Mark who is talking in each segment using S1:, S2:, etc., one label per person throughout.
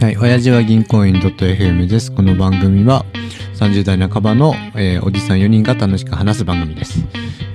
S1: はい、親父は銀行員 .fm です。この番組は30代半ばの、えーおじさん4人が楽しく話す番組です。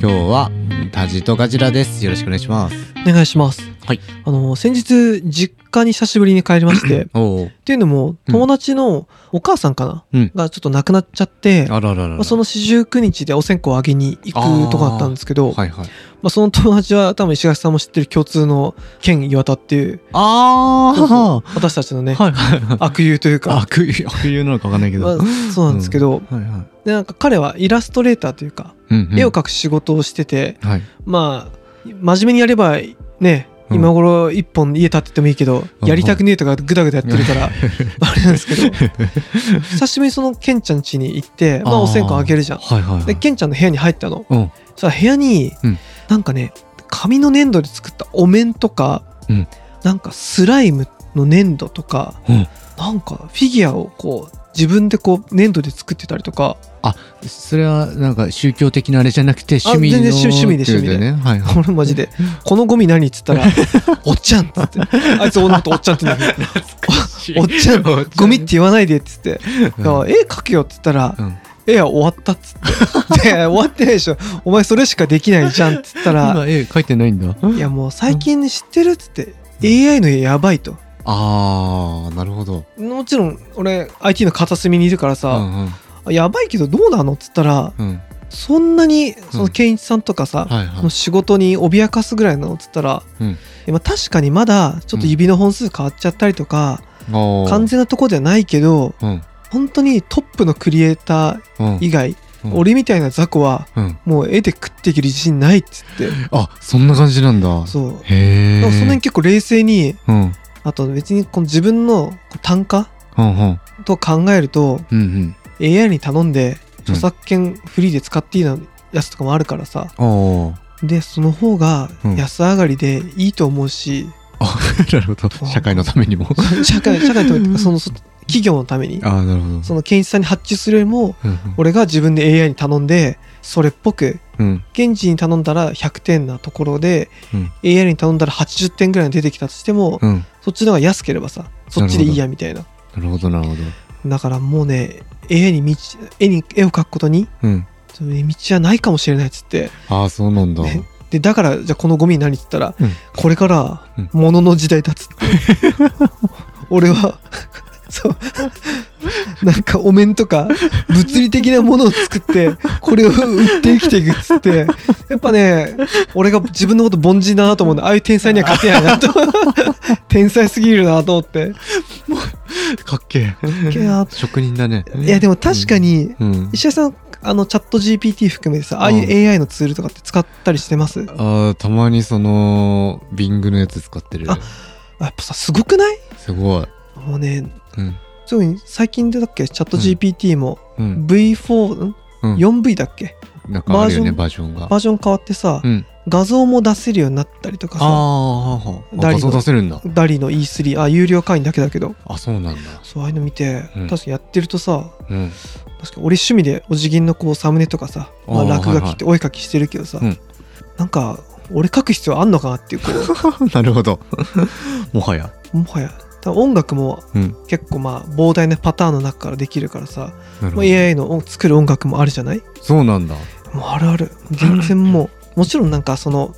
S1: 今日はタジとガジラです。よろしくお願いします。
S2: お願いします。
S1: はい。
S2: あの、先日、実家に久しぶりに帰りま して、っ
S1: おお。
S2: ていうの
S1: う
S2: も、
S1: ん
S2: 友達のお母さんかな、
S1: うん
S2: がちょっと亡くなっちゃって、ま
S1: あららら
S2: あ、
S1: ら。
S2: その四十九日でお線香をあげに行くとこだったんですけど、
S1: はいはい。
S2: まあ、その友達は多分石垣さんも知ってる共通の県岩田っていう、
S1: あ
S2: そうそう私たちのね、
S1: はいはいはい。
S2: 悪友という か、
S1: 悪意悪意なのかわかんないけど。
S2: まあ、そうなんですけど、
S1: はいはい。
S2: でなんか彼はイラストレーターというか、
S1: うんうん
S2: 絵を描く仕事をしてて、
S1: はい。
S2: まあ真面目にやればね
S1: うん
S2: 今頃一本家建ててもいいけど、
S1: うん
S2: やりたくねえとかぐだぐだやってるからあれなんですけ ど久しぶりにそのケンちゃん家に行ってまあお線香あげるじゃん
S1: はいはいはい。
S2: でケンちゃんの部屋に入ったの
S1: うん。
S2: そしたら部屋に、
S1: うん
S2: なんかね紙の粘土で作ったお面とか、
S1: うん
S2: なんかスライムの粘土とか、
S1: うん
S2: なんかフィギュアをこう自分でこう粘土で作ってたりとか
S1: それはなんか宗教的なあれじゃなくて趣味の
S2: 全然趣趣味で
S1: っていうことね。はいはい。
S2: 俺マ ジで「このゴミ何?」っつったら「おっちゃん」っつってあいつ女とおっちゃんって言うんだけどおっちゃんゴミって言わないでっつって「
S1: う
S2: い
S1: ん
S2: や絵描けよ」っつったら
S1: うん
S2: 「絵は終わった」っ つって「で終わってないでしょお前それしかできないじゃん」っつったら
S1: 今絵描いてないんだ。
S2: 「いやもう最近知ってる」っつって「AI の絵やばい」と。
S1: あーなるほど。
S2: もちろん俺 IT の片隅にいるから
S1: う
S2: さ
S1: んうん
S2: 「やばいけどどうなの?」っつったら
S1: うん
S2: そんなにそうの
S1: ん
S2: 健一さんとかさ
S1: はい
S2: そ
S1: は
S2: の
S1: い。
S2: 仕事に脅かすぐらいなのっつったら、
S1: うん
S2: 今確かにまだちょっと指の本数変わっちゃったりとか、
S1: おー
S2: 完全なとこじゃないけど
S1: うん
S2: 本当にトップのクリエイタ
S1: うん
S2: ー以外、
S1: うん
S2: 俺みたいな雑魚は
S1: うん。
S2: もう絵で食っていける自信ないっつって
S1: あそんな感じなんだ。
S2: そう
S1: へえ。
S2: でもその辺結構冷静に
S1: うんうん
S2: あと別にこの自分の単価
S1: うん
S2: と考えると
S1: うん
S2: AI に頼んで
S1: うん
S2: 著作権フリーで使っていいなやつとかもあるからさ
S1: うん。おー
S2: でその方が
S1: うん
S2: 安上がりでいいと思うし、
S1: あなるほど。社会のためにも。
S2: 社会社会というかそのそ企業のために
S1: あーなるほど。
S2: その健一さんに発注するよりも
S1: うん
S2: 俺が自分で AI に頼んでそれっぽく
S1: うんうん
S2: 現地に頼んだら100点なところで、
S1: うん
S2: AI に頼んだら80点ぐらいの出てきたとしても、
S1: うん。
S2: そっちの方が安ければさそっちでいいやみたいな
S1: なるほどなるほど。
S2: だからもうね AI に道絵に絵を描くことに
S1: うん。
S2: その道はないかもしれないっつって
S1: ああそうなんだ。
S2: ねでだからじゃあこのゴミ何っつったら、
S1: うん
S2: これから
S1: うん
S2: 物の時代だ っつって俺はそうなんかお面とか物理的なものを作ってこれを売って生きていくっつってやっぱね俺が自分のこと凡人だなと思うんでああいう天才には勝てな いなと天才すぎるなと思って
S1: かっけえ。
S2: けど
S1: 職人だね。
S2: いやでも確かに
S1: うん。
S2: 石田さんあのチャット GPT 含めてさああいう AI のツールとかって使ったりしてます、あ
S1: ああたまにそのビングのやつ使ってる
S2: あやっぱさすごくない
S1: すごい
S2: もうね
S1: うん
S2: すごい最近でだっけチャット GPT も
S1: うん
S2: V4、ん
S1: うん
S2: 4V だっけ
S1: なんかあるよね
S2: バ
S1: バージョンが
S2: バージョン変わってさ、
S1: うん
S2: 画像も出せるようになったりとか
S1: あー
S2: さ
S1: はあはあ
S2: ダ
S1: 画
S2: リ
S1: 像
S2: の
S1: 出せるんだ
S2: ダリの E3 あ有料会員だけだけど
S1: あそうなんだ
S2: そうああいうの見て、
S1: うん
S2: 確かやってるとさ
S1: うん
S2: 確か俺趣味でお辞儀のこうサムネとかさ、まあ、
S1: あー
S2: 落書きってお絵描きしてるけどさ、
S1: うん
S2: なんか俺描く必要あんのかなっていうこ
S1: なるほど もはや
S2: うもはや多分音楽も
S1: うん
S2: 結構まあ膨大なパターンの中からできるからさ、
S1: なる
S2: ま
S1: ほ
S2: あ、
S1: ど
S2: AI の音作る音楽もあるじゃない
S1: そうなんだ
S2: もうあるある全然もうもちろんなんかその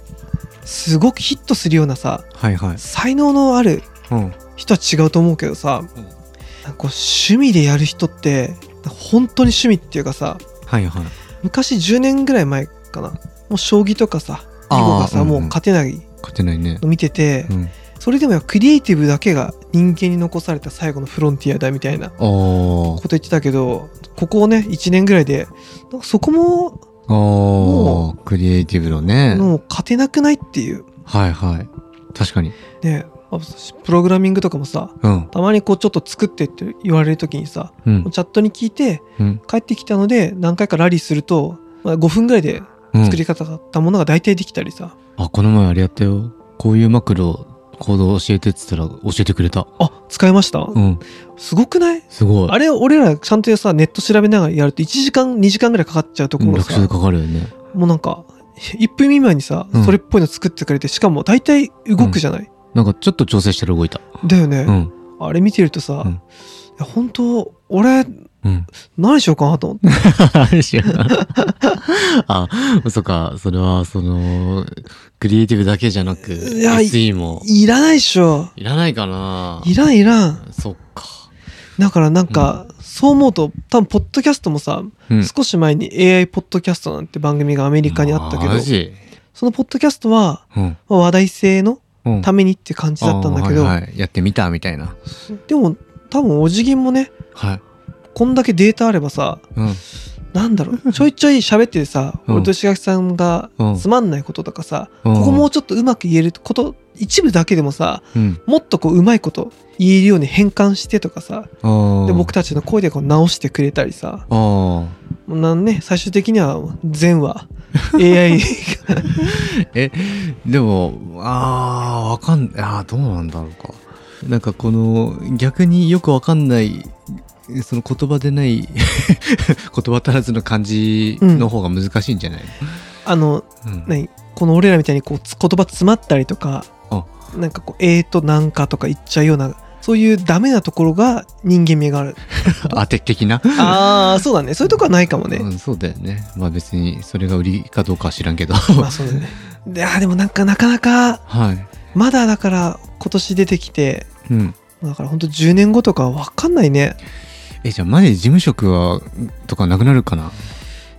S2: すごくヒットするようなさ
S1: はいはい
S2: 才能のある
S1: うん
S2: 人は違うと思うけどさ、
S1: うん
S2: なんかこう趣味でやる人って本当に趣味っていうかさ
S1: はいはい
S2: 昔10年ぐらい前かなもう将棋とかさ囲
S1: あー
S2: 碁がさ、
S1: うんうん
S2: もう勝てない
S1: 勝てないね
S2: の見てて、
S1: うん
S2: それでもクリエイティブだけが人間に残された最後のフロンティアだみたいなこ
S1: あー
S2: と言ってたけどここをね1年ぐらいでなんかそこも
S1: あークリエイティブのね
S2: もう勝てなくないっていう
S1: はいはい確かに
S2: ねあプログラミングとかもさ
S1: うん
S2: たまにこうちょっと作ってって言われる時にさ
S1: うん
S2: チャットに聞いて
S1: うん
S2: 帰ってきたので何回かラリーすると、まあ、5分ぐらいで
S1: うん
S2: 作り方だったものが大体できたりさ、
S1: あこの前あれやったよこういうマクロ行動教えてっつったら教えてくれた
S2: あ使いました、
S1: うん
S2: すごくない
S1: すごい
S2: あれ俺らちゃんとさネット調べながらやると1時間2時間ぐらいかかっちゃうところを
S1: 学
S2: さ
S1: 習かかるよね
S2: もうなんか1分未満にさ、
S1: うん
S2: それっぽいの作ってくれてしかも大体動くじゃない、
S1: なんかちょっと調整したら動いた
S2: だよね、
S1: うん
S2: あれ見てるとさ、
S1: うん
S2: いや本当俺
S1: うん。
S2: 何しようかなと思って
S1: あれしよう あ、そっか、それは、その、クリエイティブだけじゃなく、
S2: いやい
S1: SE も。
S2: いらないっしょ
S1: いらないかない
S2: らんいらん
S1: そっか。
S2: だからなんか、そう思うと多分ポッドキャストもさ、
S1: うん
S2: 少し前に AI ポッドキャストなんて番組がアメリカにあったけど
S1: マジ
S2: そのポッドキャストは
S1: うん。
S2: まあ話題性の
S1: うん
S2: ためにって感じだったんだけど、
S1: あーはいはいやってみたみたいな。
S2: でも多分お辞儀もね
S1: はい。
S2: こんだけデータあればさ
S1: うん。
S2: なんだろうちょいちょい喋っててさ、
S1: うん
S2: 俺と石垣さんが
S1: うん
S2: つまんないこととかさ、
S1: うん
S2: ここもうちょっとうまく言えること一部だけでもさ
S1: うん。
S2: もっとこううまいこと言えるように変換してとかさ
S1: あー
S2: で僕たちの声でこう直してくれたりさ
S1: あー
S2: もうなんね最終的には全話 AI
S1: でも、ああ、わかんない。ああ、どうなんだろうか。なんかこの、逆によくわかんない、その言葉でない 、言葉足らずの感じの方が難しいんじゃない
S2: あの
S1: うん
S2: 何この俺らみたいにこうつ言葉詰まったりとか
S1: あ
S2: なんかこうえーとなんかとか言っちゃうようなそういうダメなところが人間味が ある
S1: 当て的な。
S2: ああそうだねそういうとこはないかもね、
S1: うん、そうだよね。まあ別にそれが売りかどうかは知らんけど。
S2: まあそうだね。であーでもなんかなかなか
S1: はい。
S2: まだだから今年出てきて
S1: うん。
S2: だからほんと10年後とかわかんないね
S1: え、じゃあマジで事務職は、とかなくなるかな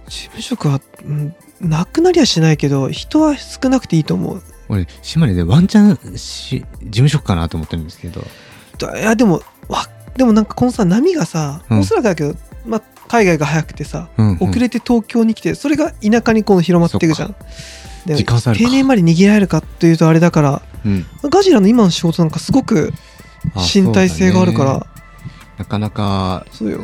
S2: 事務職は、うん、なくなりゃしないけど人は少なくていいと思う
S1: 俺、島根でワンチャンし、事務職かなと思ってるんですけど。
S2: だいやでもわでもなんかこのさ波がさ、
S1: うん
S2: おそらくだけど、まあ、海外が早くてさ
S1: うん、うん。
S2: 遅れて東京に来てそれが田舎にこう広まっていくじゃんで
S1: 時間差あるか
S2: 定年まで逃げられるかっていうとあれだから
S1: うん
S2: ガジラの今の仕事なんかすごく
S1: あ
S2: 身体性があるか
S1: そうだね
S2: ら
S1: なかなか
S2: そうよ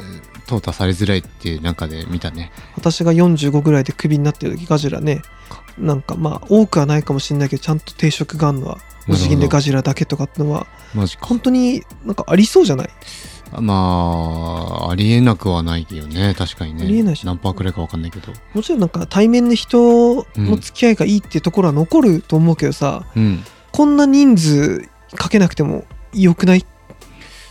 S1: 淘汰されづらいっていう中で見たね。
S2: 私が45ぐらいでクビになってる時ガジラねなんかまあ多くはないかもしれないけどちゃんと定職があるのはお辞儀でガジラだけとかってのは
S1: マジか。
S2: 本当になんかありそうじゃない
S1: まあ、ありえなくはないよね。確かにね。
S2: ありえないし
S1: 何パーくらいかわかんないけど。
S2: もちろんなんか対面の人の付き合いがいいっていうところは残ると思うけどさ、
S1: うん。
S2: こんな人数かけなくてもよくない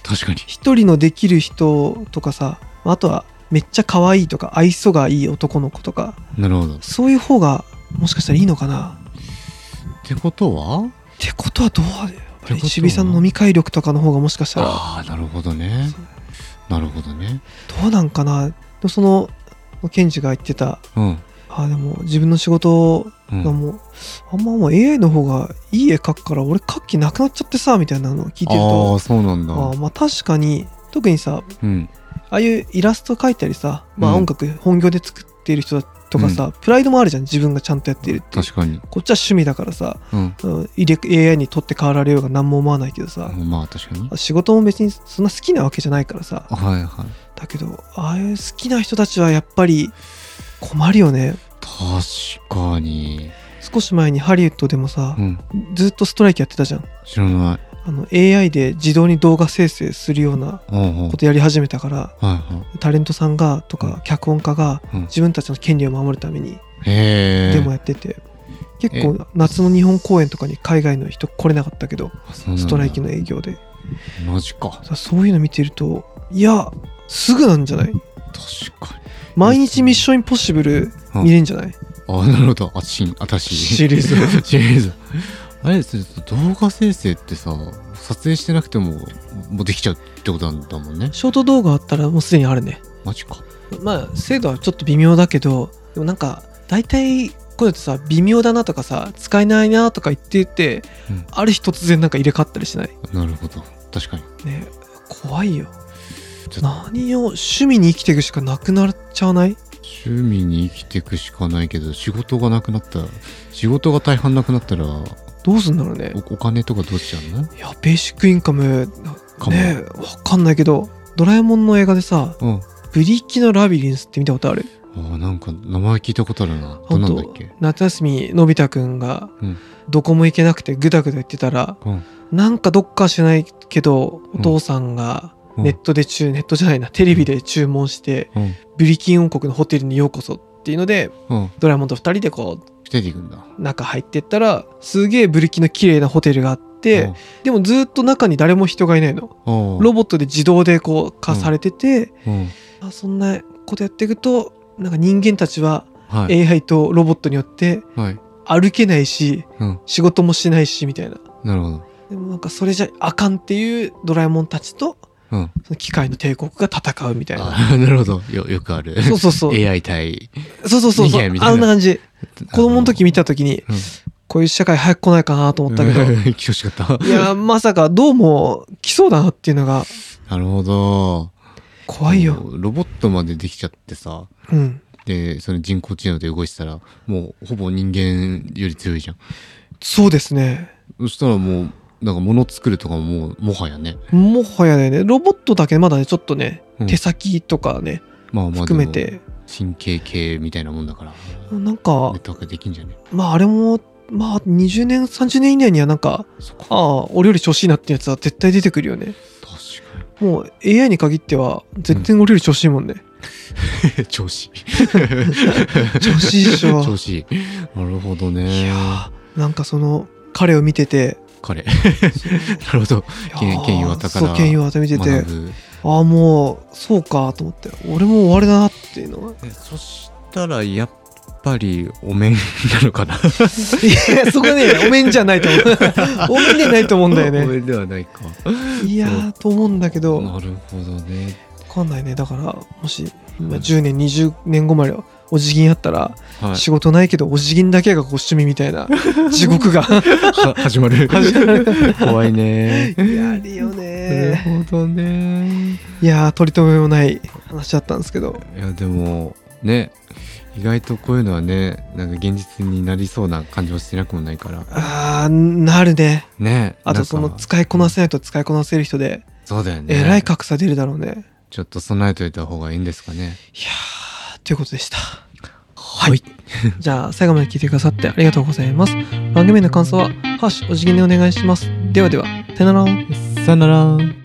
S1: 確かに。
S2: 一人のできる人とかさあとはめっちゃ可愛いとか愛想がいい男の子とか
S1: なるほど。っ
S2: そういう方がもしかしたらいいのかな
S1: てことは
S2: ってことはどうだよ
S1: てことは
S2: 石火さんの飲み会力とかの方がもしかしたら
S1: ああ、なるほどね。なるほどね。
S2: どうなんかなでもそのケンジが言ってた
S1: うん。
S2: あーでも自分の仕事
S1: う
S2: が
S1: ん、
S2: もう、あんまもう AI の方がいい絵描くから俺描く気なくなっちゃってさみたいなのを聞いてる
S1: あ
S2: と
S1: あ、そうなんだ。
S2: あーまあ確かに特にさ
S1: うん。
S2: ああいうイラスト描いたりさ、まあ、
S1: うん
S2: 音楽本業で作っている人だとかさ、プライドもあるじゃん自分がちゃんとやっているっていう
S1: 確かに。
S2: こっちは趣味だからさ、
S1: うん。
S2: うん、入れ AI に取って代わられようが何も思わないけどさ、
S1: まあ、確かに。
S2: 仕事も別にそんな好きなわけじゃないからさ
S1: はいはい。
S2: だけどああいう好きな人たちはやっぱり困るよね
S1: 確かに。
S2: 少し前にハリウッドでもさ
S1: う、ん。
S2: ずっとストライキやってたじゃん
S1: 知らない。
S2: あの AI で自動に動画生成するような
S1: うんうん。はい
S2: ことやり始めたから
S1: は
S2: タレントさんがとか脚本家が
S1: うん
S2: 自分たちの権利を守るために
S1: い。へえ。
S2: デモやってて、結構夏の日本公演とかに海外の人来れなかったけど
S1: あそうなんだ
S2: ストライキの営業で
S1: マジか。
S2: さそういうの見てるといやすぐなんじゃない
S1: 確かに。
S2: 毎日ミッションインポッシブル見れんじゃない
S1: あ、なるほど。あ、新、新しい。
S2: シリーズ。
S1: シリーズ。あれ、それ動画生成ってさ、撮影してなくても、もうできちゃうってことなんだもんね。
S2: ショート動画あったらもうすでにあるね
S1: マジか。
S2: まあ精度はちょっと微妙だけどでもなんか大体こうやってさ微妙だなとかさ使えないなとか言ってて、
S1: うん
S2: ある日突然なんか入れ替わったりしない
S1: なるほど。確かに。
S2: ね怖いよ
S1: ちょっと
S2: 何を趣味に生きていくしかなくなっちゃわない
S1: 趣味に生きていくしかないけど、仕事がなくなったら、仕事が大半なくなったら、お
S2: どうすんだろうね
S1: お金とかどうしちゃうの
S2: いやベーシックインカム
S1: かも
S2: ねわかんないけどドラえもんの映画でさ
S1: うん。
S2: 「ブリキのラビリンス」って見たことある
S1: ああ、なんか名前聞いたことあるな。どうなんだっけ
S2: ほんと夏休みのび太くんが
S1: うん
S2: どこも行けなくてぐだぐだ言ってたら、
S1: うん
S2: なんかどっか知らないけどお
S1: うん
S2: 父さんが
S1: うん
S2: ネットで注、ネットじゃないなテレビで注文して、
S1: うん。
S2: ブリキン王国のホテルにようこそっていうので
S1: うん。
S2: ドラえもんと2人でこ
S1: 来てていくんだ。
S2: う中入ってったらすげえブリキンの綺麗なホテルがあっって、でもずっと中に誰も人がいないの。
S1: うん、
S2: ロボットで自動でこう化されてて、
S1: うん、
S2: あそんなことやっていくとなんか人間たちは
S1: はい、
S2: AI とロボットによって
S1: はい、
S2: 歩けないし
S1: うん、
S2: 仕事もしないしみたいな。
S1: なるほど。
S2: でもなんかそれじゃあかんっていうドラえもんたちと
S1: うん、
S2: その機械の帝国が戦うみたいな。
S1: あ なるほど。よ、よくある。
S2: そうそ うそう。
S1: AI 対。
S2: そうそうそうそう。
S1: 逃げみたいな
S2: あんな感じ。子供の時
S1: 見
S2: 見た時に
S1: うん、
S2: こういう社会早く来ないかなと思ったけど、い
S1: 聞き惜しかった。
S2: や、まさかどうも来そうだなっていうのが
S1: なるほど。
S2: 怖いよ。
S1: もうロボットまでできちゃってさ、
S2: うん。
S1: で、その人工知能で動いてたら、もうほぼ人間より強いじゃん。
S2: そうですね。
S1: そしたらもう、なんか物作るとかももう、もはやね。
S2: もはやね、ロボットだけまだね、ちょっとね、
S1: うん
S2: 手先とかね、
S1: まあまあ、
S2: 含め。て、
S1: 神経系みたいなもんだから、
S2: なんか
S1: ネッ、トワークできんじゃね
S2: まああれも、まあ20年、30年以内にはなんか、
S1: そこ。
S2: ああ、俺より調子いいなってやつは絶対出てくるよね。
S1: 確かに。
S2: もう AI に限っては、絶対俺より調子いいもんね。
S1: 調子いい。
S2: 調子いいっし ょ
S1: 調子いい。なるほど
S2: い
S1: ね
S2: や。ーなんかその、彼を見てて、
S1: 彼。なるほど。
S2: いやー
S1: ケンケンイワタから
S2: そう、ケンイワタ見てて
S1: 学、ぶ。
S2: ああ、もう、そうかと思って、俺も終わりだなっていうのは。
S1: えそしたら、やっぱり、お面なのかな。
S2: いや、そこね、 お面じゃないと思う。お面じゃないと思うんだよ
S1: お
S2: ね。
S1: 面ではないか。
S2: いやー、と思うんだけど、わ
S1: なるほどね。
S2: かんないね。だから、もし、まあ10年、20年後までお辞儀あったら、
S1: はい。
S2: 仕事ないけど、お辞儀だけがこう趣味みたい な地獄が
S1: は始まる。
S2: 始まる。
S1: 怖いね。
S2: やるよ
S1: なる
S2: ね。
S1: ほどね。
S2: いやー、取り留めもない話だったんですけど、
S1: いや、でも、ね。意外とこういうのはね、なんか現実になりそうな感じもしてなくもないから。
S2: あー、なるね。
S1: ね。
S2: あ
S1: なん
S2: と
S1: か
S2: その使いこなせないと使いこなせる人で、
S1: そうだよね。
S2: えらい格差出るだろうね。いや
S1: ちょっと備えといた方がいいんですかね。
S2: ー、ということでした。はい。じゃあ、最後まで聞いてくださってありがとうございます。番組への感想は、ハッシュお辞儀でお願いします。ではでは、さよなら。
S1: さよなら。